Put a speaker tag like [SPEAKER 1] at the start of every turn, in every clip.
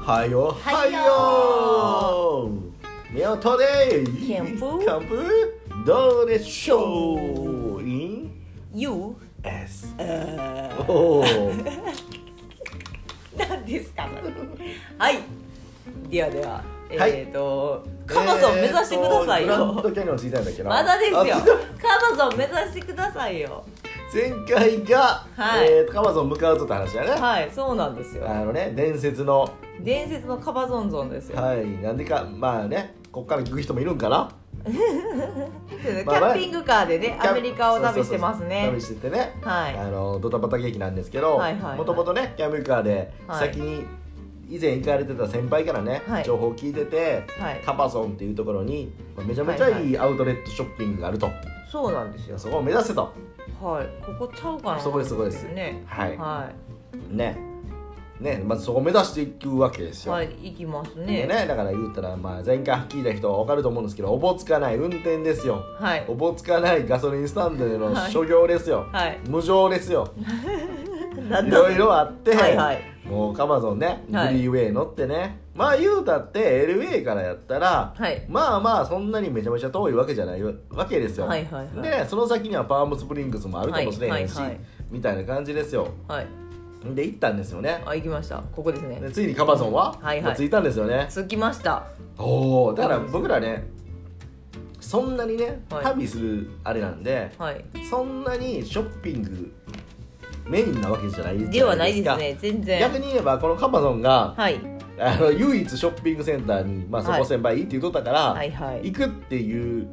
[SPEAKER 1] はよはよネオトデイ
[SPEAKER 2] キャンプ
[SPEAKER 1] キャンプどうでしょう in
[SPEAKER 2] You?
[SPEAKER 1] S
[SPEAKER 2] え
[SPEAKER 1] おー
[SPEAKER 2] ー、なんですかそれはいではではえ
[SPEAKER 1] はい
[SPEAKER 2] ーと、カナさんを目指してください
[SPEAKER 1] えーとグランド
[SPEAKER 2] よ、
[SPEAKER 1] キャニオン着いたんだっけな
[SPEAKER 2] まだですよ
[SPEAKER 1] あ着いた
[SPEAKER 2] カナさんを目指してくださいよ
[SPEAKER 1] 前回が、
[SPEAKER 2] はい
[SPEAKER 1] えーとカマゾン向かうぞって話だね、
[SPEAKER 2] はいそうなんですよ
[SPEAKER 1] あのね伝説の
[SPEAKER 2] 伝説のカバゾンゾンですよ、
[SPEAKER 1] はいなんでかまあねこっから聞く人もいるんかな
[SPEAKER 2] そうねキ
[SPEAKER 1] まあま
[SPEAKER 2] ャ
[SPEAKER 1] あ
[SPEAKER 2] ンピングカーでねアメリカを旅してます
[SPEAKER 1] そう
[SPEAKER 2] ね
[SPEAKER 1] そうそうそう旅しててね
[SPEAKER 2] はい
[SPEAKER 1] あのドタバタ劇なんですけど
[SPEAKER 2] はいはいはい
[SPEAKER 1] もともとねキャンピングカーで
[SPEAKER 2] はい
[SPEAKER 1] 先に以前行かれてた先輩からね、
[SPEAKER 2] はい
[SPEAKER 1] 情報を聞いてて、
[SPEAKER 2] はい
[SPEAKER 1] カパソンっていうところにめちゃめちゃいいアウトレットショッピングがあると、
[SPEAKER 2] そうなんですよ
[SPEAKER 1] そこを目指せと
[SPEAKER 2] はいここちゃうかな
[SPEAKER 1] そこですそこです
[SPEAKER 2] ね
[SPEAKER 1] はい、
[SPEAKER 2] は
[SPEAKER 1] ねねまずそこを目指していくわけです
[SPEAKER 2] い
[SPEAKER 1] よ、
[SPEAKER 2] はい行きます
[SPEAKER 1] で
[SPEAKER 2] ね
[SPEAKER 1] ねだから言ったら、まあ、前回聞いた人は分かると思うんですけどおぼつかない運転ですよ
[SPEAKER 2] はい
[SPEAKER 1] おぼつかないガソリンスタンドでの
[SPEAKER 2] はい
[SPEAKER 1] 所業ですよ、
[SPEAKER 2] はい
[SPEAKER 1] 無情ですよ
[SPEAKER 2] だ
[SPEAKER 1] いろいろあって、
[SPEAKER 2] はいはい
[SPEAKER 1] もうカマゾンね、
[SPEAKER 2] は
[SPEAKER 1] フ
[SPEAKER 2] い
[SPEAKER 1] リーウェイ乗ってねまあ言うたって LA からやったら、
[SPEAKER 2] はい
[SPEAKER 1] まあまあそんなにめちゃめちゃ遠いわけじゃないわけですよ、
[SPEAKER 2] はいはいはい
[SPEAKER 1] でねその先にはパームスプリングスもあるかもしれへんし、
[SPEAKER 2] はいはいはい
[SPEAKER 1] みたいな感じですよ
[SPEAKER 2] はい
[SPEAKER 1] で行ったんですよね
[SPEAKER 2] あ行きましたここですね
[SPEAKER 1] でついにカマゾンは、
[SPEAKER 2] はいはい
[SPEAKER 1] もう着いたんですよね
[SPEAKER 2] 着きました
[SPEAKER 1] おおだから僕らねそんなにね、
[SPEAKER 2] はい
[SPEAKER 1] 旅するあれなんで
[SPEAKER 2] はい
[SPEAKER 1] そんなにショッピングメインなわけじゃないじゃない
[SPEAKER 2] ではないですね全
[SPEAKER 1] 逆
[SPEAKER 2] 然
[SPEAKER 1] に言えばこのカマゾンが
[SPEAKER 2] はい
[SPEAKER 1] あの唯一ショッピングセンターに、まあ、そ
[SPEAKER 2] は
[SPEAKER 1] こ
[SPEAKER 2] い
[SPEAKER 1] 先輩いいって言うとったから、
[SPEAKER 2] はいはい
[SPEAKER 1] 行くっていう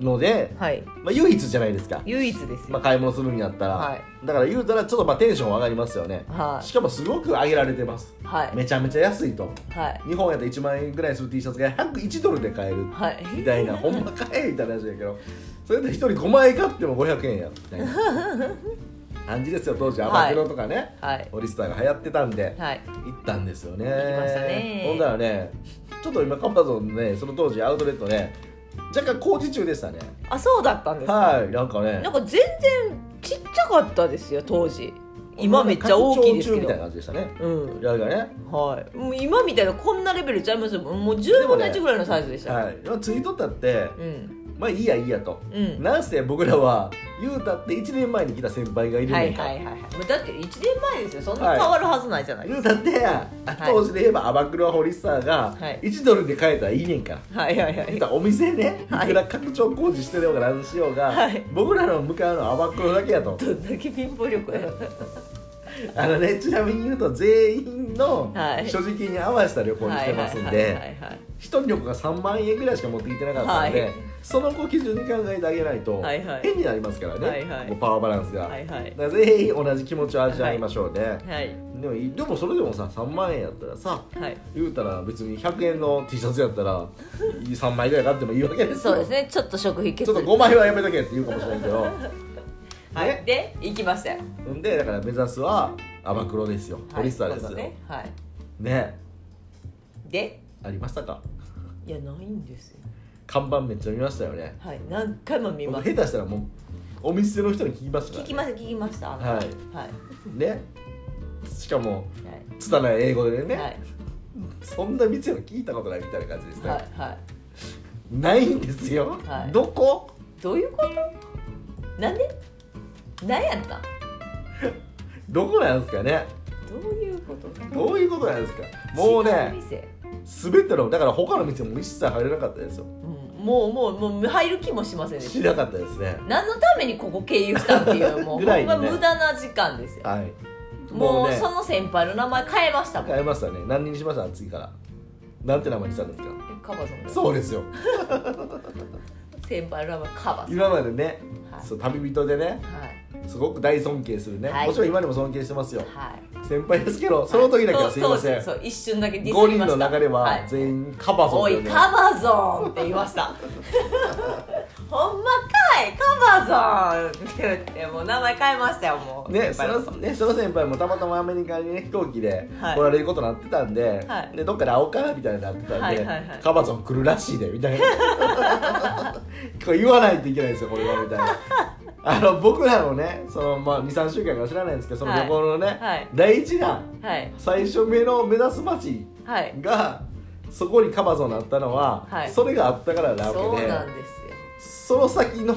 [SPEAKER 1] ので、
[SPEAKER 2] はい
[SPEAKER 1] まあ、唯一じゃないですか、
[SPEAKER 2] 唯一です
[SPEAKER 1] まあ、
[SPEAKER 2] よ
[SPEAKER 1] 買い物するんやったら、
[SPEAKER 2] は
[SPEAKER 1] だから言うたらちょっとまあテンション上がりますよね、
[SPEAKER 2] はい
[SPEAKER 1] しかもすごく上げられてます
[SPEAKER 2] はい
[SPEAKER 1] めちゃめちゃ安いと
[SPEAKER 2] はい
[SPEAKER 1] 日本やったら1万円ぐらいする T シャツが101ドルで買える
[SPEAKER 2] はい
[SPEAKER 1] みたいな、ほんま買えみたいな話やけどそれで1人5枚買っても500円やみたい な感じですよ当時アマプロとかね、
[SPEAKER 2] はい
[SPEAKER 1] オリスターが流行ってたんで、
[SPEAKER 2] はい
[SPEAKER 1] 行ったんですよね
[SPEAKER 2] 行きましたね
[SPEAKER 1] ほんならねちょっと今カンパゾンねその当時アウトレットね若干工事中でしたね
[SPEAKER 2] あそうだったんですか
[SPEAKER 1] はいなんかね
[SPEAKER 2] なんか全然ちっちゃかったですよ当時今めっちゃ大きいです
[SPEAKER 1] 拡張中
[SPEAKER 2] け
[SPEAKER 1] みたいな感
[SPEAKER 2] ど
[SPEAKER 1] じでしたね
[SPEAKER 2] うん
[SPEAKER 1] だからね
[SPEAKER 2] はいもう今みたいなこんなレベルちゃいますよもう10分の1ぐらいのサイズでしたね
[SPEAKER 1] はいでもついとったって
[SPEAKER 2] うん
[SPEAKER 1] まあいいやいいやと、
[SPEAKER 2] うん
[SPEAKER 1] なんせ僕らは言うたって1年前に来た先輩がいる
[SPEAKER 2] は
[SPEAKER 1] ね
[SPEAKER 2] い
[SPEAKER 1] んか
[SPEAKER 2] は
[SPEAKER 1] ら、
[SPEAKER 2] いはいはいもうだって1年前ですよそんな変わるはずないじゃないで
[SPEAKER 1] 言
[SPEAKER 2] す
[SPEAKER 1] うたって、当時で言えばアバクロはホリスターが
[SPEAKER 2] はい
[SPEAKER 1] 1ドルで買えたらいいねんから、
[SPEAKER 2] かはいはいは
[SPEAKER 1] 言う
[SPEAKER 2] い
[SPEAKER 1] たらお店ねい
[SPEAKER 2] はい
[SPEAKER 1] くら拡張工事してようが何しようが、
[SPEAKER 2] はい
[SPEAKER 1] 僕らの向かうのはアバクロだけやと
[SPEAKER 2] どんだけ貧乏力や
[SPEAKER 1] あのね、ちなみに言うと全員の
[SPEAKER 2] はい
[SPEAKER 1] 所持金に合わせた旅行にしてますんで一人旅行が3万円ぐらいしか持ってきてなかったんで、
[SPEAKER 2] はい
[SPEAKER 1] その子基準に考えてあげないと
[SPEAKER 2] はいはい
[SPEAKER 1] 変になりますからね、
[SPEAKER 2] はいはい
[SPEAKER 1] こうパワーバランスが、
[SPEAKER 2] はいはいはいはいはい
[SPEAKER 1] だから全員同じ気持ちを味わいましょうね、
[SPEAKER 2] はい
[SPEAKER 1] でもいいでもそれでもさ3万円やったらさ
[SPEAKER 2] はい
[SPEAKER 1] 言うたら別に100円の T シャツやったら3枚ぐらい買ってもいいわけですよ
[SPEAKER 2] そうですねちょっと食費
[SPEAKER 1] ち
[SPEAKER 2] 削
[SPEAKER 1] ょっと5枚はやめとけって言うかもしれんけど
[SPEAKER 2] はいで行きましたよ
[SPEAKER 1] んでだから目指すはアバクロですよ、ホリスターですよ、
[SPEAKER 2] はい今度ねはい
[SPEAKER 1] ね
[SPEAKER 2] で
[SPEAKER 1] ありましたか
[SPEAKER 2] いやないんですよ
[SPEAKER 1] 看板めっちゃ見ましたよね
[SPEAKER 2] はい何回も見ま
[SPEAKER 1] 僕
[SPEAKER 2] す
[SPEAKER 1] 下手したらもうお店の人に聞きましたから
[SPEAKER 2] 聞
[SPEAKER 1] ね
[SPEAKER 2] きました聞きました
[SPEAKER 1] はい
[SPEAKER 2] はい
[SPEAKER 1] ねしかも
[SPEAKER 2] はい
[SPEAKER 1] 拙い英語でね、
[SPEAKER 2] はい
[SPEAKER 1] そんな店は聞いたことないみたいな感じですね、
[SPEAKER 2] はいはい
[SPEAKER 1] ないんですよ、
[SPEAKER 2] はい
[SPEAKER 1] どこ
[SPEAKER 2] どういうことなんでなんやった
[SPEAKER 1] どこなんですかね
[SPEAKER 2] どういうこと
[SPEAKER 1] どういうことなんですかもう
[SPEAKER 2] 違
[SPEAKER 1] ね
[SPEAKER 2] 店
[SPEAKER 1] 全てのだから他の店も一切入れなかったですよ
[SPEAKER 2] うんもうもうもう入る気もしませんで
[SPEAKER 1] し
[SPEAKER 2] した
[SPEAKER 1] なかったですね
[SPEAKER 2] 何のためにここ経由したって いうもう、
[SPEAKER 1] ぐら
[SPEAKER 2] ほ
[SPEAKER 1] い
[SPEAKER 2] ん
[SPEAKER 1] のね
[SPEAKER 2] ま無駄な時間ですよ
[SPEAKER 1] はい
[SPEAKER 2] もう
[SPEAKER 1] ね
[SPEAKER 2] その先輩の名前変えましたもん
[SPEAKER 1] 変えましたね何にしました次からなんて名前にしたんですか
[SPEAKER 2] カバさんの
[SPEAKER 1] そうですよ
[SPEAKER 2] 先輩の名前カバ さん
[SPEAKER 1] 今までね、
[SPEAKER 2] はい
[SPEAKER 1] そう旅人でね
[SPEAKER 2] はい
[SPEAKER 1] すごく大尊敬するね、
[SPEAKER 2] はい
[SPEAKER 1] もちろん今でも尊敬してますよ
[SPEAKER 2] はい
[SPEAKER 1] 先輩ですけどその時だけはすいません、
[SPEAKER 2] そうそうそう一瞬だけディ
[SPEAKER 1] 5
[SPEAKER 2] スり
[SPEAKER 1] 人
[SPEAKER 2] ま
[SPEAKER 1] の
[SPEAKER 2] した
[SPEAKER 1] 中で
[SPEAKER 2] は
[SPEAKER 1] はい全員カバソン
[SPEAKER 2] お
[SPEAKER 1] だ
[SPEAKER 2] い
[SPEAKER 1] よね
[SPEAKER 2] カバゾーンって言いました ほんまかいカバゾーンって言ってもう名前変えましたよもう
[SPEAKER 1] ねそ
[SPEAKER 2] 先輩
[SPEAKER 1] のね、その先輩もたまたまアメリカに、ね、飛行機で
[SPEAKER 2] はい
[SPEAKER 1] 来られることになってたんで,、
[SPEAKER 2] はい
[SPEAKER 1] でどっかで会おうかなみたいになってたんで、
[SPEAKER 2] はいはいはい
[SPEAKER 1] カバソン来るらしいでみたいな これ言わないといけないですよこれはみたいなあの僕らのねその、まあ、23週間か知らないんですけどその旅行のね、
[SPEAKER 2] はい
[SPEAKER 1] 大事な
[SPEAKER 2] はい
[SPEAKER 1] 最初目の目指す街
[SPEAKER 2] はい
[SPEAKER 1] がそこにカバゾンだったのは、
[SPEAKER 2] はい
[SPEAKER 1] それがあったからな
[SPEAKER 2] そ
[SPEAKER 1] わけ
[SPEAKER 2] う
[SPEAKER 1] で
[SPEAKER 2] なんですよ
[SPEAKER 1] その先の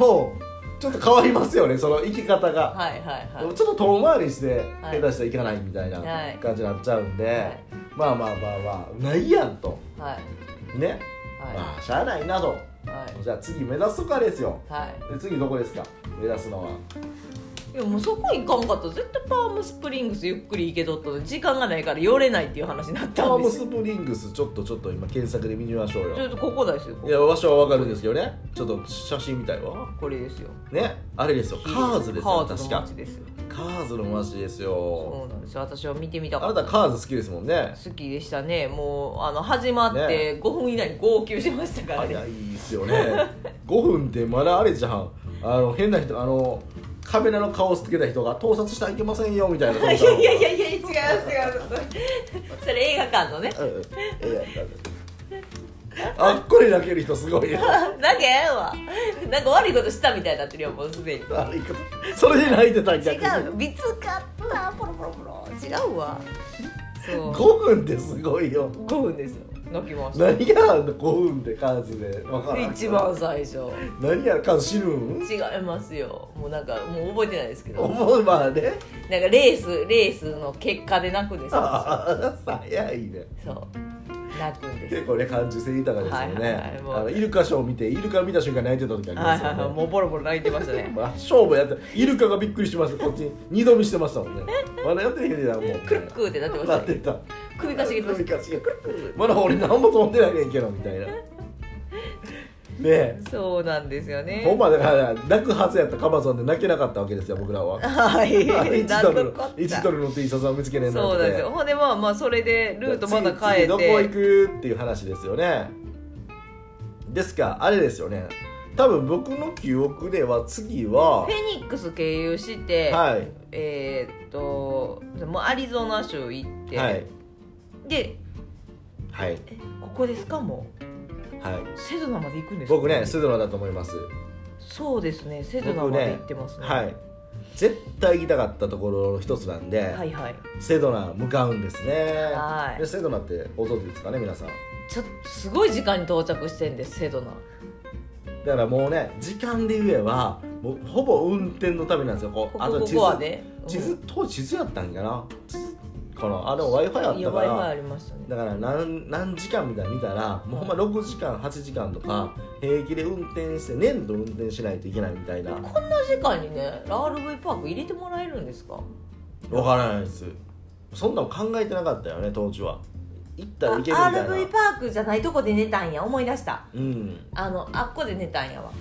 [SPEAKER 1] ちょっと変わりますよねその生き方が、
[SPEAKER 2] はいはいはい
[SPEAKER 1] ちょっと遠回りして
[SPEAKER 2] はい
[SPEAKER 1] 下手したらいかないみたいな
[SPEAKER 2] はい
[SPEAKER 1] 感じになっちゃうんで、
[SPEAKER 2] はい
[SPEAKER 1] まあまあまあまあないやんと
[SPEAKER 2] はい
[SPEAKER 1] ね、
[SPEAKER 2] は
[SPEAKER 1] まあしゃあないなと
[SPEAKER 2] いはい
[SPEAKER 1] じゃあ次目指すとかですよ
[SPEAKER 2] はい
[SPEAKER 1] で次どこですか目指すのはい
[SPEAKER 2] やもうそこ行かんかったら絶対パームスプリングスゆっくり行けとったのに時間がないから寄れないっていう話になっ
[SPEAKER 1] タ
[SPEAKER 2] た
[SPEAKER 1] ー
[SPEAKER 2] んで
[SPEAKER 1] ム
[SPEAKER 2] す
[SPEAKER 1] ス
[SPEAKER 2] よ
[SPEAKER 1] プリングスちょっとちょっと今検索で見てみましょうよ
[SPEAKER 2] ちょっとここですよこ
[SPEAKER 1] いや場所はわかるんですけどねちょっと写真みたいわ
[SPEAKER 2] ここれですよ
[SPEAKER 1] ねあれですよカーズです
[SPEAKER 2] カ
[SPEAKER 1] よ
[SPEAKER 2] ー
[SPEAKER 1] 確
[SPEAKER 2] ズの
[SPEAKER 1] か
[SPEAKER 2] 街ですよ
[SPEAKER 1] カーズの街です
[SPEAKER 2] そ
[SPEAKER 1] よ
[SPEAKER 2] うなんですよ私は見てみた
[SPEAKER 1] あ
[SPEAKER 2] か
[SPEAKER 1] な
[SPEAKER 2] った
[SPEAKER 1] カーズ好きですもんね
[SPEAKER 2] た好きでしたねもうあの始まって5分以内に号泣しましたからね
[SPEAKER 1] 早いですよね5分でまだあれじゃんあの変な人あのカメラの顔をつけた人が盗撮してはいけませんよみたいな
[SPEAKER 2] いや いやいやいや違う違うそれ映画館のね
[SPEAKER 1] うんうんあっこで泣ける人すごいよ
[SPEAKER 2] なんかやわなんか悪いことしたみたいになってるよもうすでに
[SPEAKER 1] 悪いことそれで泣いてたん
[SPEAKER 2] 違
[SPEAKER 1] 逆に
[SPEAKER 2] う見つかったポロポロポロ違うわ そう
[SPEAKER 1] 5分ってすごいよ
[SPEAKER 2] 5分ですよ泣きました
[SPEAKER 1] 何があんの5分でカーズで分からん
[SPEAKER 2] 一番最初
[SPEAKER 1] 何やろカーズ死ぬん
[SPEAKER 2] 違いますよもうなんかもう覚えてないですけどなんか
[SPEAKER 1] 思うまあね
[SPEAKER 2] レースレースの結果で泣くんですよ
[SPEAKER 1] ああ早いね
[SPEAKER 2] そう泣くんです
[SPEAKER 1] 結構ね感受性豊かですよね、
[SPEAKER 2] はいはいはいもう
[SPEAKER 1] あのイルカショーを見てイルカ見た瞬間泣いてた時あり
[SPEAKER 2] は
[SPEAKER 1] ま
[SPEAKER 2] い
[SPEAKER 1] すよ
[SPEAKER 2] はい
[SPEAKER 1] ね、
[SPEAKER 2] はいもうボロボロ泣いてましたね
[SPEAKER 1] まあ、ショーもやってイルカがびっくりしてましたこっちに二度見してましたもんねまだやってへんねやもう
[SPEAKER 2] クルックーってなってまし
[SPEAKER 1] な
[SPEAKER 2] た
[SPEAKER 1] って
[SPEAKER 2] ね
[SPEAKER 1] た
[SPEAKER 2] 首かしげてました
[SPEAKER 1] 首かしげてまだ俺何も飛んでないねんけどみた いなねえ
[SPEAKER 2] そうなんですよ
[SPEAKER 1] ほん
[SPEAKER 2] ね
[SPEAKER 1] まだから泣くはずやったカバソンで泣けなかったわけですよ僕ら は
[SPEAKER 2] はい
[SPEAKER 1] 1ドル
[SPEAKER 2] 泣くこ
[SPEAKER 1] の
[SPEAKER 2] った
[SPEAKER 1] 1ドルの T シャツを見つけねえ
[SPEAKER 2] そうなんですよほんでまあまあそれでルートまだ変
[SPEAKER 1] 次
[SPEAKER 2] え
[SPEAKER 1] どこ行
[SPEAKER 2] て
[SPEAKER 1] くっていう話ですよねですからあれですよね多分僕の記憶では次は
[SPEAKER 2] フェニックス経由して、
[SPEAKER 1] はい
[SPEAKER 2] えーっともうアリゾナ州行って、
[SPEAKER 1] はい
[SPEAKER 2] で
[SPEAKER 1] はい
[SPEAKER 2] えここですかも
[SPEAKER 1] は
[SPEAKER 2] うセドナまで行くんで
[SPEAKER 1] い
[SPEAKER 2] すか
[SPEAKER 1] 僕ねセドナだと思います
[SPEAKER 2] そうですねセドナまで行ってますね
[SPEAKER 1] はい絶対行きたかったところの一つなんで、
[SPEAKER 2] はいはい
[SPEAKER 1] セドナ向かうんですね
[SPEAKER 2] はい
[SPEAKER 1] でセドナってご存知ですかね皆さん
[SPEAKER 2] ちょっとすごい時間に到着してんですセドナ
[SPEAKER 1] だからもうね時間で言えばもうほぼ運転のためなんですよこう
[SPEAKER 2] こ
[SPEAKER 1] あ
[SPEAKER 2] ことこ
[SPEAKER 1] 地図
[SPEAKER 2] こはね
[SPEAKER 1] 地
[SPEAKER 2] う
[SPEAKER 1] 図
[SPEAKER 2] ん
[SPEAKER 1] 当時地図やったんかなこのあの w i f i あっ
[SPEAKER 2] いや
[SPEAKER 1] たか
[SPEAKER 2] Wi-Fi あ
[SPEAKER 1] ら
[SPEAKER 2] りましたね
[SPEAKER 1] だから何何時間みたいなの見たらもうほんま6時間8時間とか平気で運転して年度運転しないといけないみたいな
[SPEAKER 2] こんな時間にねラール V パーク入れてもらえるんですか
[SPEAKER 1] わからないですそんなの考えてなかったよね当時は行ったらいけるみたいな
[SPEAKER 2] RV パークじゃないとこで寝たんや思い出した
[SPEAKER 1] うん
[SPEAKER 2] あのあっこで寝たんやわ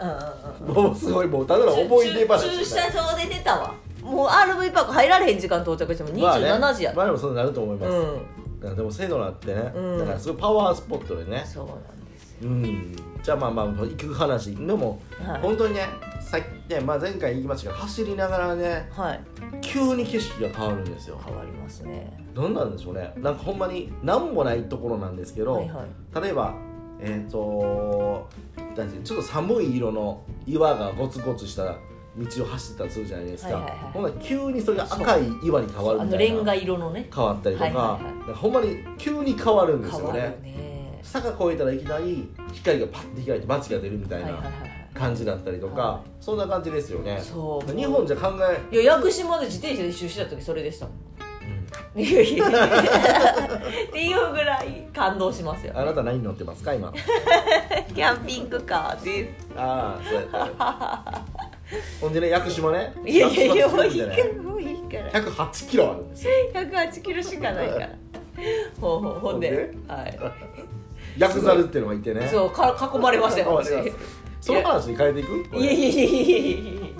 [SPEAKER 2] うんうんうん
[SPEAKER 1] もうすごいもうただの思い出話
[SPEAKER 2] 駐
[SPEAKER 1] し
[SPEAKER 2] 車
[SPEAKER 1] たよ
[SPEAKER 2] 場で寝たわもう RV パーク入られへん時間到着しても
[SPEAKER 1] まあね
[SPEAKER 2] 27時やった、
[SPEAKER 1] まあでもそうなると思います、
[SPEAKER 2] うん
[SPEAKER 1] だからでもセドナってね、
[SPEAKER 2] うん
[SPEAKER 1] だからすごいパワースポットでね
[SPEAKER 2] そうなんですよ
[SPEAKER 1] うんじゃあまあまあ行く話でも、
[SPEAKER 2] はい
[SPEAKER 1] 本当にねさっきね、まあ、前回言いましたけど走りながらね
[SPEAKER 2] はい
[SPEAKER 1] 急に景色が変わるんですよ
[SPEAKER 2] 変わりますね
[SPEAKER 1] 何なんでしょうねなんかほんまに何もないところなんですけど、
[SPEAKER 2] はいはい
[SPEAKER 1] 例えばえっ、となんていうちょっと寒い色の岩がゴツゴツした道を走ってたりするじゃないですか、
[SPEAKER 2] はいはいはい
[SPEAKER 1] ほんなら急にそれが赤い岩に変わる
[SPEAKER 2] あ
[SPEAKER 1] み
[SPEAKER 2] の
[SPEAKER 1] た
[SPEAKER 2] レ
[SPEAKER 1] い
[SPEAKER 2] ン
[SPEAKER 1] な
[SPEAKER 2] ガ色のね
[SPEAKER 1] 変わったりとか,、
[SPEAKER 2] はいはいはい
[SPEAKER 1] なんかほんまに急に変わるんです
[SPEAKER 2] 変
[SPEAKER 1] よ
[SPEAKER 2] わる
[SPEAKER 1] ね
[SPEAKER 2] ね
[SPEAKER 1] 坂越えたらいきなり光がパッて開いて街が出るみた
[SPEAKER 2] はいいはいはい
[SPEAKER 1] な
[SPEAKER 2] は
[SPEAKER 1] 感じだったりとか、
[SPEAKER 2] は
[SPEAKER 1] そんな感じですよね
[SPEAKER 2] いそう
[SPEAKER 1] 日本じゃ考え
[SPEAKER 2] いや屋久島で自転車で一周した時それでしたもんいやいやいやっていうぐらい感動しますよ
[SPEAKER 1] あなた何乗ってますか 今
[SPEAKER 2] キャンピングカーで
[SPEAKER 1] ああそうやったほんでね屋久島ね
[SPEAKER 2] すいやいやいや
[SPEAKER 1] 屋
[SPEAKER 2] もう
[SPEAKER 1] 久島
[SPEAKER 2] いい
[SPEAKER 1] すごんでね
[SPEAKER 2] からもういいから
[SPEAKER 1] 108キロあるんですよ
[SPEAKER 2] 108キロしかないからほうほうほんではい
[SPEAKER 1] ヤクザルっていうのがいてね
[SPEAKER 2] そうか囲まれましたよ私
[SPEAKER 1] ありますその話に変えていくこれ
[SPEAKER 2] いやいやいやいやいやいや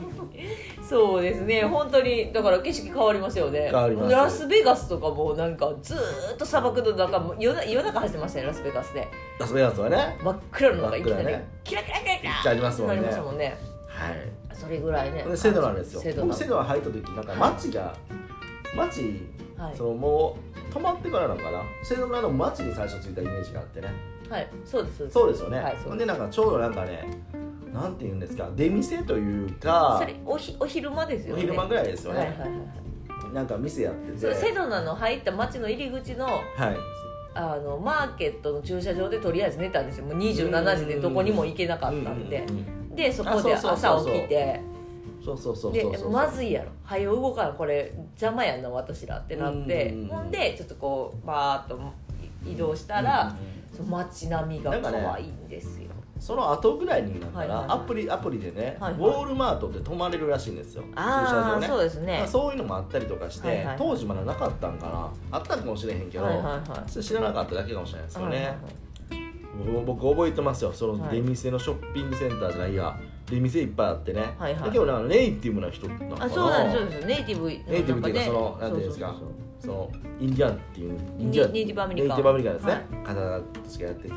[SPEAKER 2] そうですね本当にだから景色変わりますよね
[SPEAKER 1] 変わります
[SPEAKER 2] ラスベガスとかもなんかずーっと砂漠の中も夜な夜中走ってましたねラスベガスで
[SPEAKER 1] ラスベガスはね
[SPEAKER 2] 真っ暗の中いき
[SPEAKER 1] 真
[SPEAKER 2] なり、
[SPEAKER 1] っ暗ね
[SPEAKER 2] キラキラキラキラ
[SPEAKER 1] 行っちゃいますもんね
[SPEAKER 2] なりましたもんね
[SPEAKER 1] はい
[SPEAKER 2] それぐらいね
[SPEAKER 1] これセドナですよ
[SPEAKER 2] セドナ
[SPEAKER 1] 僕セドナ入った時なんか街が街
[SPEAKER 2] はい
[SPEAKER 1] そのもう止まってからなのかなセドナの街に最初着いたイメージがあってね
[SPEAKER 2] はいそうですそう
[SPEAKER 1] そう
[SPEAKER 2] です
[SPEAKER 1] ですよね、
[SPEAKER 2] はいそうです
[SPEAKER 1] でなんかちょうどなんかねなんて言うんですか出店というか
[SPEAKER 2] それおひお昼間ですよ
[SPEAKER 1] お
[SPEAKER 2] ね
[SPEAKER 1] 昼間ぐらいですよね、
[SPEAKER 2] はいはいはいはい
[SPEAKER 1] なんか店やってて
[SPEAKER 2] それセドナの入った町の入り口の
[SPEAKER 1] はい
[SPEAKER 2] あのマーケットの駐車場でとりあえず寝たんですよもう27時でどこにも行けなかったんで
[SPEAKER 1] うううん
[SPEAKER 2] でそこで
[SPEAKER 1] あそうそう
[SPEAKER 2] 朝
[SPEAKER 1] そうそう
[SPEAKER 2] 起きて
[SPEAKER 1] そうそうそう
[SPEAKER 2] で
[SPEAKER 1] そうそう
[SPEAKER 2] まずいやろ早う動かんこれ邪魔やな私らってなって
[SPEAKER 1] うん
[SPEAKER 2] ほんでちょっとこうバーッと移動したら、
[SPEAKER 1] うんうんうん
[SPEAKER 2] その街並みが可愛いんですよ、
[SPEAKER 1] その後ぐらいになったら、
[SPEAKER 2] はいはいはい
[SPEAKER 1] アプリアプリでね、
[SPEAKER 2] はいはい
[SPEAKER 1] ウォールマートで泊まれるらしいんですよ
[SPEAKER 2] ああ、
[SPEAKER 1] ね
[SPEAKER 2] そうですね
[SPEAKER 1] まあそういうのもあったりとかして、
[SPEAKER 2] はいはいはい
[SPEAKER 1] 当時まだなかったんかなあったんかもしれへんけど、
[SPEAKER 2] はいはいはい
[SPEAKER 1] それ知らなかっただけかもしれないですよね、
[SPEAKER 2] はいはいはい
[SPEAKER 1] 僕僕覚えてますよその
[SPEAKER 2] はい
[SPEAKER 1] 出店のショッピングセンターじゃないや出店いっぱいあってね、
[SPEAKER 2] はいはい
[SPEAKER 1] で今日なんかネイティブな人なのかな
[SPEAKER 2] あそうなんですそうですネイティブ
[SPEAKER 1] ネイティブっていうかその
[SPEAKER 2] な
[SPEAKER 1] なんんて
[SPEAKER 2] かね
[SPEAKER 1] いうんですか
[SPEAKER 2] そうそうそう
[SPEAKER 1] そのインディアンっていうインディアン
[SPEAKER 2] ネイティブアメリカン
[SPEAKER 1] ネイティブアメリカンですね、方々しかやっててね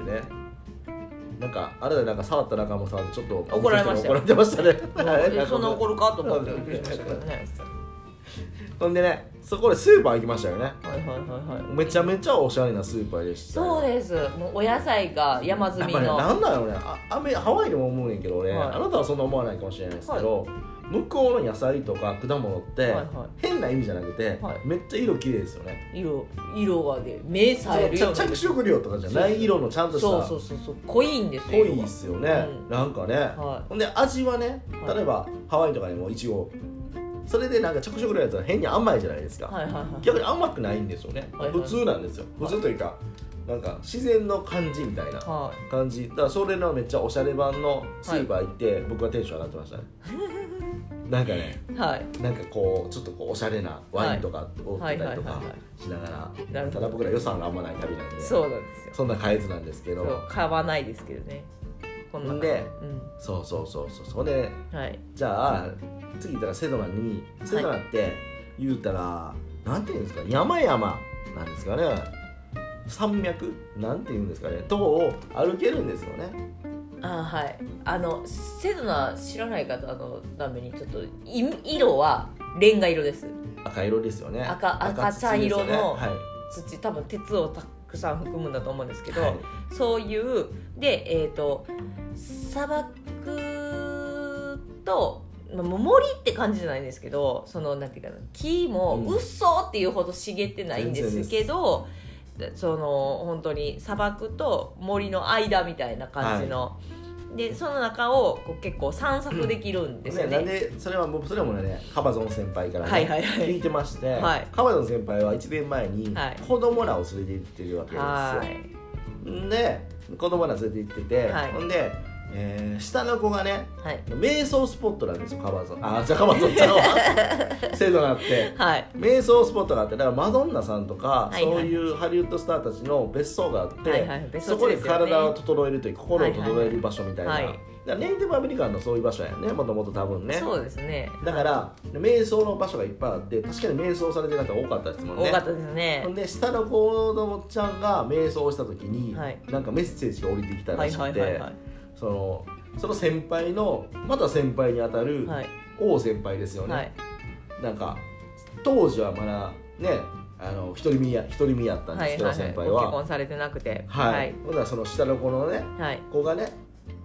[SPEAKER 1] なんかあれだなんか触った中も触ってちょっと
[SPEAKER 2] 怒られましたよ
[SPEAKER 1] 怒られてましたね
[SPEAKER 2] えそん な怒るかと思ってびっくりしましたけど
[SPEAKER 1] ほ
[SPEAKER 2] ね
[SPEAKER 1] んでねそこでスーパー行きましたよね
[SPEAKER 2] はいはいはいはい
[SPEAKER 1] めちゃめちゃおしゃれなスーパーでした
[SPEAKER 2] そう
[SPEAKER 1] す
[SPEAKER 2] ですもうお野菜が山積
[SPEAKER 1] やっ
[SPEAKER 2] み
[SPEAKER 1] ぱね
[SPEAKER 2] の
[SPEAKER 1] なんだろうねあ雨ハワイでも思うねんけど俺、
[SPEAKER 2] はい
[SPEAKER 1] あなたはそんな思わないかもしれないですけど、向こうの野菜とか果物って、
[SPEAKER 2] はいは
[SPEAKER 1] 変な意味じゃなくて、
[SPEAKER 2] はい
[SPEAKER 1] めっちゃ色綺麗ですよね
[SPEAKER 2] 色色がね目さえる
[SPEAKER 1] ち
[SPEAKER 2] よ
[SPEAKER 1] ゃ
[SPEAKER 2] うに
[SPEAKER 1] 着色料とかじゃない色のちゃん
[SPEAKER 2] そ
[SPEAKER 1] と
[SPEAKER 2] う
[SPEAKER 1] した
[SPEAKER 2] そうそうそう濃いんです
[SPEAKER 1] 濃
[SPEAKER 2] よ
[SPEAKER 1] いっすよね、
[SPEAKER 2] うん
[SPEAKER 1] なんかね、
[SPEAKER 2] は
[SPEAKER 1] ほんで味はね
[SPEAKER 2] はい
[SPEAKER 1] 例えば、ハワイとかにもいちごそれでなんか着色料のやつは変に甘いじゃないですか、
[SPEAKER 2] はいはいはい
[SPEAKER 1] 逆に甘くないんですよね、
[SPEAKER 2] はいはい
[SPEAKER 1] 普通なんですよ普通というか、なんか自然の感じみたいな
[SPEAKER 2] は
[SPEAKER 1] 感じだからそれのめっちゃおしゃれ版のスーパー行って、僕はテンション上がってましたねなんかね
[SPEAKER 2] いはい
[SPEAKER 1] なんかこうちょっとこうおしゃれなワインとかを売ってたりと
[SPEAKER 2] は
[SPEAKER 1] か
[SPEAKER 2] いはいはいは
[SPEAKER 1] しながら、
[SPEAKER 2] なるほ
[SPEAKER 1] た
[SPEAKER 2] ど
[SPEAKER 1] だ僕ら予算があんまない旅なんで
[SPEAKER 2] そうなんですよ
[SPEAKER 1] そんな変えずなんですけ
[SPEAKER 2] そ
[SPEAKER 1] ど
[SPEAKER 2] う買わないですけどねこんな感じ
[SPEAKER 1] で
[SPEAKER 2] うん
[SPEAKER 1] そうそうそうそうそれで
[SPEAKER 2] はい
[SPEAKER 1] じゃあ次だからセドナにセドナって言うたら、なんていうんですか山々なんですかね山脈なんていうんですかねとこを歩けるんですよね
[SPEAKER 2] あはいあのセドナ知らない方のためにちょっとい色はレンガ色です
[SPEAKER 1] 赤色ですよね
[SPEAKER 2] 赤
[SPEAKER 1] 土ですよね
[SPEAKER 2] 赤茶色の
[SPEAKER 1] はい
[SPEAKER 2] 土多分鉄をたくさん含むんだと思うんですけど、
[SPEAKER 1] はい
[SPEAKER 2] そういうでえっ、と砂漠とまあもう森って感じじゃないんですけどそのなんていうかな木も
[SPEAKER 1] うん
[SPEAKER 2] うっそっていうほど茂ってないんですけど、その本当に砂漠と森の間みたいな感じの、でその中をこう結構散策できるんですよ
[SPEAKER 1] ね、なん
[SPEAKER 2] ね。
[SPEAKER 1] でそれはもうそれもねカバゾン先輩から、ね
[SPEAKER 2] はいはいはい
[SPEAKER 1] 聞いてまして、
[SPEAKER 2] はい
[SPEAKER 1] カバゾン先輩は1年前に
[SPEAKER 2] はい
[SPEAKER 1] 子供らを連れて行ってるわけですよ、
[SPEAKER 2] はい
[SPEAKER 1] で子供ら連れて行ってて、
[SPEAKER 2] はい
[SPEAKER 1] ほんで、えー下の子がね
[SPEAKER 2] はい
[SPEAKER 1] 瞑想スポットなんですよカバゾンあじゃあカバゾンち ゃうわ制度があって
[SPEAKER 2] はい
[SPEAKER 1] 瞑想スポットがあってだからマドンナさんとか、
[SPEAKER 2] はいはい
[SPEAKER 1] そういうハリウッドスターたちの別荘があって、
[SPEAKER 2] はいはい別荘
[SPEAKER 1] そ
[SPEAKER 2] 地
[SPEAKER 1] こ
[SPEAKER 2] で
[SPEAKER 1] です
[SPEAKER 2] よね
[SPEAKER 1] 体を整えるという心を整える場所みたいな、
[SPEAKER 2] はいはいはい
[SPEAKER 1] だからネイティブアメリカンのそういう場所やねもともと多分ね
[SPEAKER 2] そうですね
[SPEAKER 1] だから瞑想の場所がいっぱいあって確かに瞑想されてる方多かったですもんね
[SPEAKER 2] 多かったですね
[SPEAKER 1] ほんで下の子供ちゃんが瞑想をした時に、
[SPEAKER 2] はい
[SPEAKER 1] なんかメッセージが降りてきた
[SPEAKER 2] は
[SPEAKER 1] ら
[SPEAKER 2] い
[SPEAKER 1] し
[SPEAKER 2] は
[SPEAKER 1] く
[SPEAKER 2] い
[SPEAKER 1] て、
[SPEAKER 2] はいはい
[SPEAKER 1] そのその先輩のまた先輩にあたる
[SPEAKER 2] はい
[SPEAKER 1] 王先輩ですよね、
[SPEAKER 2] はい
[SPEAKER 1] なんか当時はまだねあの一人身や一人身やったんですけど、先輩
[SPEAKER 2] ご結
[SPEAKER 1] は
[SPEAKER 2] 婚されてなくて
[SPEAKER 1] はい、
[SPEAKER 2] はい
[SPEAKER 1] ほんならその下の子のね
[SPEAKER 2] はい
[SPEAKER 1] 子がね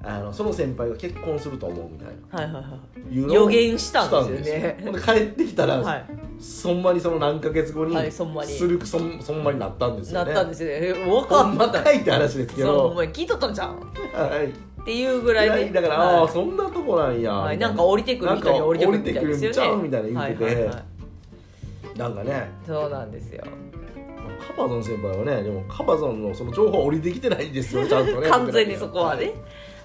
[SPEAKER 1] あのその先輩が結婚すると思うみたいな
[SPEAKER 2] はいはいは
[SPEAKER 1] いうのを
[SPEAKER 2] 予言したんですよ
[SPEAKER 1] したんで
[SPEAKER 2] ね
[SPEAKER 1] すよほんで帰ってきたら、
[SPEAKER 2] いはい
[SPEAKER 1] そんまにその何ヶ月後に、
[SPEAKER 2] はいそんまに
[SPEAKER 1] するそんそんまになったんです
[SPEAKER 2] な
[SPEAKER 1] よ
[SPEAKER 2] っ
[SPEAKER 1] ね
[SPEAKER 2] たんですよねえ分
[SPEAKER 1] ほ
[SPEAKER 2] か
[SPEAKER 1] ん
[SPEAKER 2] ん
[SPEAKER 1] ま
[SPEAKER 2] な
[SPEAKER 1] かいって話ですけ
[SPEAKER 2] そうお
[SPEAKER 1] ど、
[SPEAKER 2] 前聞いとったんじゃん
[SPEAKER 1] はい、
[SPEAKER 2] っていうぐらいで
[SPEAKER 1] だから、
[SPEAKER 2] はい
[SPEAKER 1] ああそんなとこなんや、
[SPEAKER 2] はい
[SPEAKER 1] みたい
[SPEAKER 2] なんか降りてくる人に降りてくるみたい
[SPEAKER 1] なんか降りてくる
[SPEAKER 2] ですよ
[SPEAKER 1] ん
[SPEAKER 2] ね
[SPEAKER 1] ちゃうみたいな言ってて、
[SPEAKER 2] はいはいはい
[SPEAKER 1] なんかね
[SPEAKER 2] そうなんですよ
[SPEAKER 1] カバゾン先輩はねでもカバゾンのその情報降りてきてないんです よちゃんとね
[SPEAKER 2] 完全にそこはね
[SPEAKER 1] い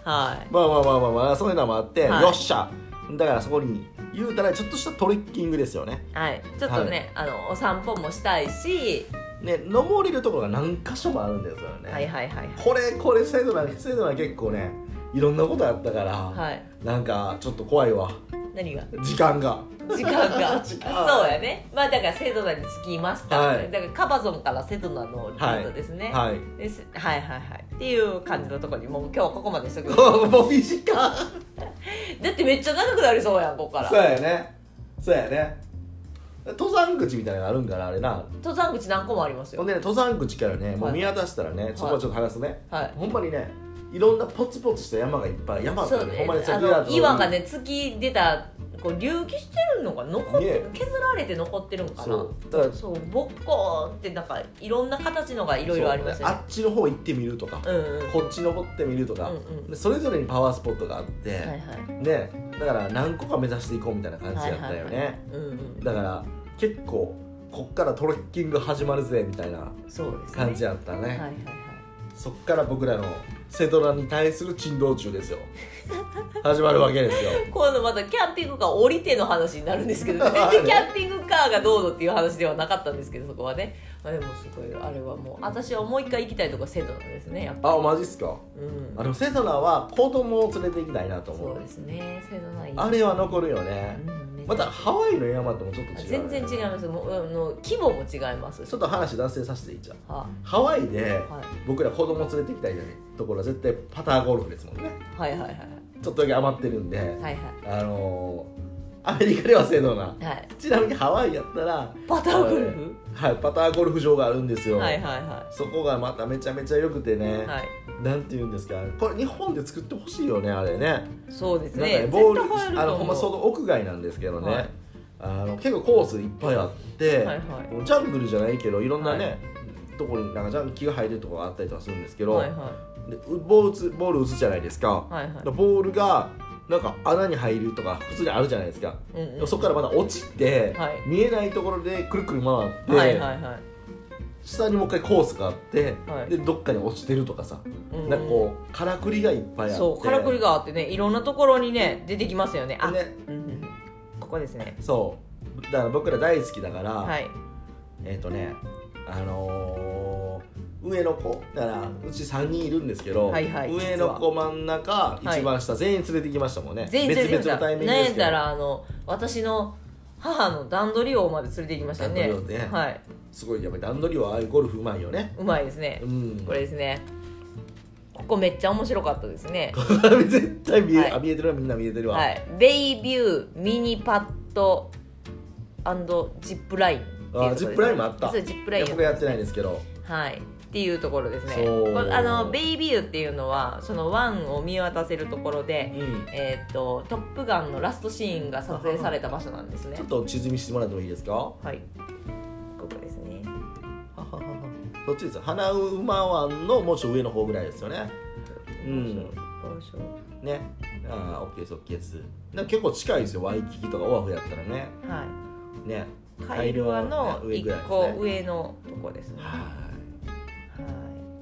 [SPEAKER 2] はい
[SPEAKER 1] まあまあまあまあまあそういうのもあって、
[SPEAKER 2] はい
[SPEAKER 1] よっしゃだからそこに言うたらちょっとしたトレッキングですよね
[SPEAKER 2] はいちょっとねあのお散歩もしたいし
[SPEAKER 1] ね登れるところが何箇所もあるんですよね、
[SPEAKER 2] はいはいはい
[SPEAKER 1] これこれ制度な制度な結構ねいろんなことあったから、
[SPEAKER 2] はい
[SPEAKER 1] なんかちょっと怖いわ
[SPEAKER 2] 何が
[SPEAKER 1] 時間が
[SPEAKER 2] 時間 が
[SPEAKER 1] 時間
[SPEAKER 2] そうやねまあだからセドナに着きました、
[SPEAKER 1] はい
[SPEAKER 2] だからカバゾンからセドナのルートですね、
[SPEAKER 1] はい
[SPEAKER 2] ですはいはいはいっていう感じのところにもう今日ここまでしとく
[SPEAKER 1] もう短い
[SPEAKER 2] だってめっちゃ長くなりそうやんここか
[SPEAKER 1] そう
[SPEAKER 2] ら
[SPEAKER 1] やねそうやね登山口みたいなのがあるんかなあれな
[SPEAKER 2] 登山口何個もあります
[SPEAKER 1] ほん
[SPEAKER 2] よ
[SPEAKER 1] でね登山口からねもう見渡したらね、
[SPEAKER 2] い
[SPEAKER 1] そこはちょっと話すね、
[SPEAKER 2] はい
[SPEAKER 1] ほんまにねいろんなポツポツした山がいっぱい山って、
[SPEAKER 2] そう
[SPEAKER 1] ね、ほん
[SPEAKER 2] ね
[SPEAKER 1] まにさ
[SPEAKER 2] あ
[SPEAKER 1] っき言った
[SPEAKER 2] の
[SPEAKER 1] 通り
[SPEAKER 2] 岩がね突き出たこう隆起してるのが残って、
[SPEAKER 1] ね
[SPEAKER 2] 削られて残ってるのか
[SPEAKER 1] そ
[SPEAKER 2] な
[SPEAKER 1] うだから
[SPEAKER 2] そうぼっこってなんかいろんな形のがいろいろありますよ
[SPEAKER 1] そう
[SPEAKER 2] ね
[SPEAKER 1] あっちの方行ってみるとか、
[SPEAKER 2] うんうん
[SPEAKER 1] こっち登ってみるとか、
[SPEAKER 2] うんうん
[SPEAKER 1] でそれぞれにパワースポットがあって、
[SPEAKER 2] はいはい
[SPEAKER 1] ねだから何個か目指していこうみたいな感じ
[SPEAKER 2] はい
[SPEAKER 1] や
[SPEAKER 2] は
[SPEAKER 1] っ
[SPEAKER 2] い
[SPEAKER 1] たよね、
[SPEAKER 2] はいうんうん
[SPEAKER 1] だから結構こっからトレッキング始まるぜみたいな
[SPEAKER 2] そうですね
[SPEAKER 1] 感じやったね
[SPEAKER 2] はいはいはい
[SPEAKER 1] そっから僕らのセドラに対する珍道中 ですよ始まるわけですよ
[SPEAKER 2] 今度またキャンピングカー降りての話になるんですけど 全然キャンピングカーがどうのっていう話ではなかったんですけどそこはね、まあ、でもすごいあれはもう私はもう一回行きたいとこセドナですねやっぱ
[SPEAKER 1] あマジっすか
[SPEAKER 2] うん
[SPEAKER 1] あでもセドナは子供を連れて行きたいなと思
[SPEAKER 2] そう
[SPEAKER 1] う
[SPEAKER 2] ですねセドナいい
[SPEAKER 1] あれは残るよね
[SPEAKER 2] うん
[SPEAKER 1] またハワイの山ともちょっと違う、ね、
[SPEAKER 2] 全然違いますもうあの規模も違います
[SPEAKER 1] ちょっと話脱線させていいじゃん
[SPEAKER 2] は
[SPEAKER 1] ハワイで
[SPEAKER 2] は
[SPEAKER 1] 僕ら子供連れて行きたいところは絶対パターゴルフですもんね
[SPEAKER 2] はいはいはい
[SPEAKER 1] ちょっとだけ余ってるんで、
[SPEAKER 2] はいはい
[SPEAKER 1] あのー、アメリカではセドナ
[SPEAKER 2] はいはい
[SPEAKER 1] ちなみにハワイやったら、
[SPEAKER 2] パターゴルフ
[SPEAKER 1] はい、パターゴルフ場があるんですよ、
[SPEAKER 2] はいはいは
[SPEAKER 1] そこがまためちゃめちゃ良くてね、
[SPEAKER 2] いはい
[SPEAKER 1] なんて言うんですかこれ日本で作ってほしいよねあれね
[SPEAKER 2] そうです
[SPEAKER 1] なんか
[SPEAKER 2] ね
[SPEAKER 1] ねボー
[SPEAKER 2] 絶対入る
[SPEAKER 1] ル
[SPEAKER 2] と
[SPEAKER 1] あ
[SPEAKER 2] 思う
[SPEAKER 1] のほんまその屋外なんですけどね、
[SPEAKER 2] はい
[SPEAKER 1] あの結構コースいっぱいあって、
[SPEAKER 2] はいはい
[SPEAKER 1] ジャングルじゃないけどいろんなね、
[SPEAKER 2] は
[SPEAKER 1] とこになんかジャン木が生えてるとこがあったりとかするんですけど、
[SPEAKER 2] はいは
[SPEAKER 1] でうボール打つボール打つじゃないですか、
[SPEAKER 2] いはいは
[SPEAKER 1] ボールがなんか穴に入るとか普通にあるじゃないですか、
[SPEAKER 2] いうん
[SPEAKER 1] で
[SPEAKER 2] う
[SPEAKER 1] も
[SPEAKER 2] ん
[SPEAKER 1] そこからまだ落ちて、
[SPEAKER 2] はい
[SPEAKER 1] 見えないところでくるくる回って、
[SPEAKER 2] はいはいはい
[SPEAKER 1] 下にもう一回コースがあって、
[SPEAKER 2] はい
[SPEAKER 1] でどっかに落ちてるとかさ、
[SPEAKER 2] うんうん
[SPEAKER 1] なんかこうからくりがいっぱいあって
[SPEAKER 2] そうからくりがあってねいろんなところにね出てきますよねあ、
[SPEAKER 1] ね
[SPEAKER 2] うんうん、ここですね
[SPEAKER 1] そうだから僕ら大好きだから、
[SPEAKER 2] はい
[SPEAKER 1] えっ、とねあのー上の子だからうち3人いるんですけど、
[SPEAKER 2] はいはい
[SPEAKER 1] 上の子真ん中
[SPEAKER 2] はい
[SPEAKER 1] 一番下、全員連れてきましたもんね
[SPEAKER 2] 全員連れてき
[SPEAKER 1] 別々の
[SPEAKER 2] た
[SPEAKER 1] タイミング
[SPEAKER 2] な
[SPEAKER 1] で
[SPEAKER 2] ん
[SPEAKER 1] す
[SPEAKER 2] やっ
[SPEAKER 1] けど
[SPEAKER 2] たらあの私の母の段取り王まで連れて行きましたよね
[SPEAKER 1] 段取り王ね
[SPEAKER 2] はい
[SPEAKER 1] すごいやっぱり段取りはああいうゴルフうまいよね
[SPEAKER 2] うまいですね
[SPEAKER 1] うん
[SPEAKER 2] これですねここめっちゃ面白かったですね
[SPEAKER 1] 絶対見え,、
[SPEAKER 2] はい
[SPEAKER 1] あ見えてるわみんな見えてるわ、
[SPEAKER 2] はいベイビューミニパッドジップラインっていうとこ
[SPEAKER 1] あ
[SPEAKER 2] ろ
[SPEAKER 1] ジッ
[SPEAKER 2] ですね
[SPEAKER 1] プラインもあった
[SPEAKER 2] そうジップライン
[SPEAKER 1] いや僕やってないんですけど
[SPEAKER 2] はい、っていうところですね
[SPEAKER 1] そう
[SPEAKER 2] こあのベイビューっていうのはその湾を見渡せるところで、
[SPEAKER 1] うん
[SPEAKER 2] えー、とトップガンのラストシーンが撮影された場所なんですね
[SPEAKER 1] ちょっと地図見してもらってもいいですか
[SPEAKER 2] はいここですね
[SPEAKER 1] そっちです花馬湾のもうちょい上の方ぐらいですよねうん
[SPEAKER 2] 場所
[SPEAKER 1] ねああオッケーですオッケーですなんか結構近いですよワイキキとかオアフやったらね
[SPEAKER 2] は
[SPEAKER 1] ね
[SPEAKER 2] いカイルアの
[SPEAKER 1] 上ぐらい
[SPEAKER 2] 1
[SPEAKER 1] ですね
[SPEAKER 2] 個上のとこですねは
[SPEAKER 1] はい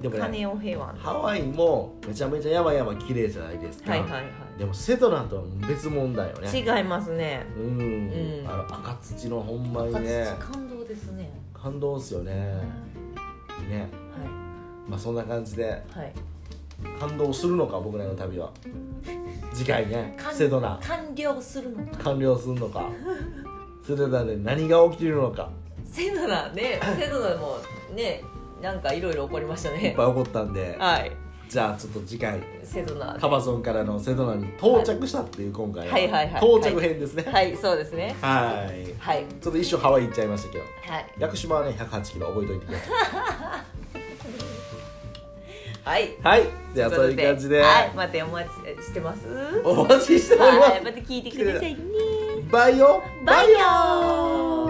[SPEAKER 1] でもね
[SPEAKER 2] カネオヘワン
[SPEAKER 1] い
[SPEAKER 2] は
[SPEAKER 1] ハワイもめちゃめちゃ山々綺麗じゃないです
[SPEAKER 2] い
[SPEAKER 1] か、
[SPEAKER 2] はいは
[SPEAKER 1] でもセトナとは別問題よね
[SPEAKER 2] い違いますね
[SPEAKER 1] うん、
[SPEAKER 2] うん
[SPEAKER 1] あの赤土のほんまにね
[SPEAKER 2] 感動ですね
[SPEAKER 1] 感動っすよねね
[SPEAKER 2] は
[SPEAKER 1] まあそんな感じで
[SPEAKER 2] いはい
[SPEAKER 1] 感動するのか僕らの旅は次回ね
[SPEAKER 2] 完
[SPEAKER 1] セドナ
[SPEAKER 2] 完了するのか
[SPEAKER 1] 完了するの かセドナで何が起きるのか
[SPEAKER 2] セドナねセドナもねなんかいろいろ起こりました
[SPEAKER 1] いっ
[SPEAKER 2] ね
[SPEAKER 1] ぱい起こったんで
[SPEAKER 2] はい
[SPEAKER 1] じゃあちょっと次回
[SPEAKER 2] セドナ
[SPEAKER 1] カバソンからのセドナに到着したっていう今回
[SPEAKER 2] はいはいはい
[SPEAKER 1] 到着編ですね
[SPEAKER 2] はいそうですね
[SPEAKER 1] はい
[SPEAKER 2] はい
[SPEAKER 1] ちょっと一瞬ハワイ行っちゃいましたけど
[SPEAKER 2] はい
[SPEAKER 1] 屋久島はね108キロ覚えておいてください
[SPEAKER 2] はい
[SPEAKER 1] はいじゃあ
[SPEAKER 2] と
[SPEAKER 1] そう
[SPEAKER 2] こと
[SPEAKER 1] いう感じで、
[SPEAKER 2] はいまたお待ちしてます
[SPEAKER 1] お待ちしております
[SPEAKER 2] はいまた聞いてくださいね
[SPEAKER 1] バイオ
[SPEAKER 2] バイヨー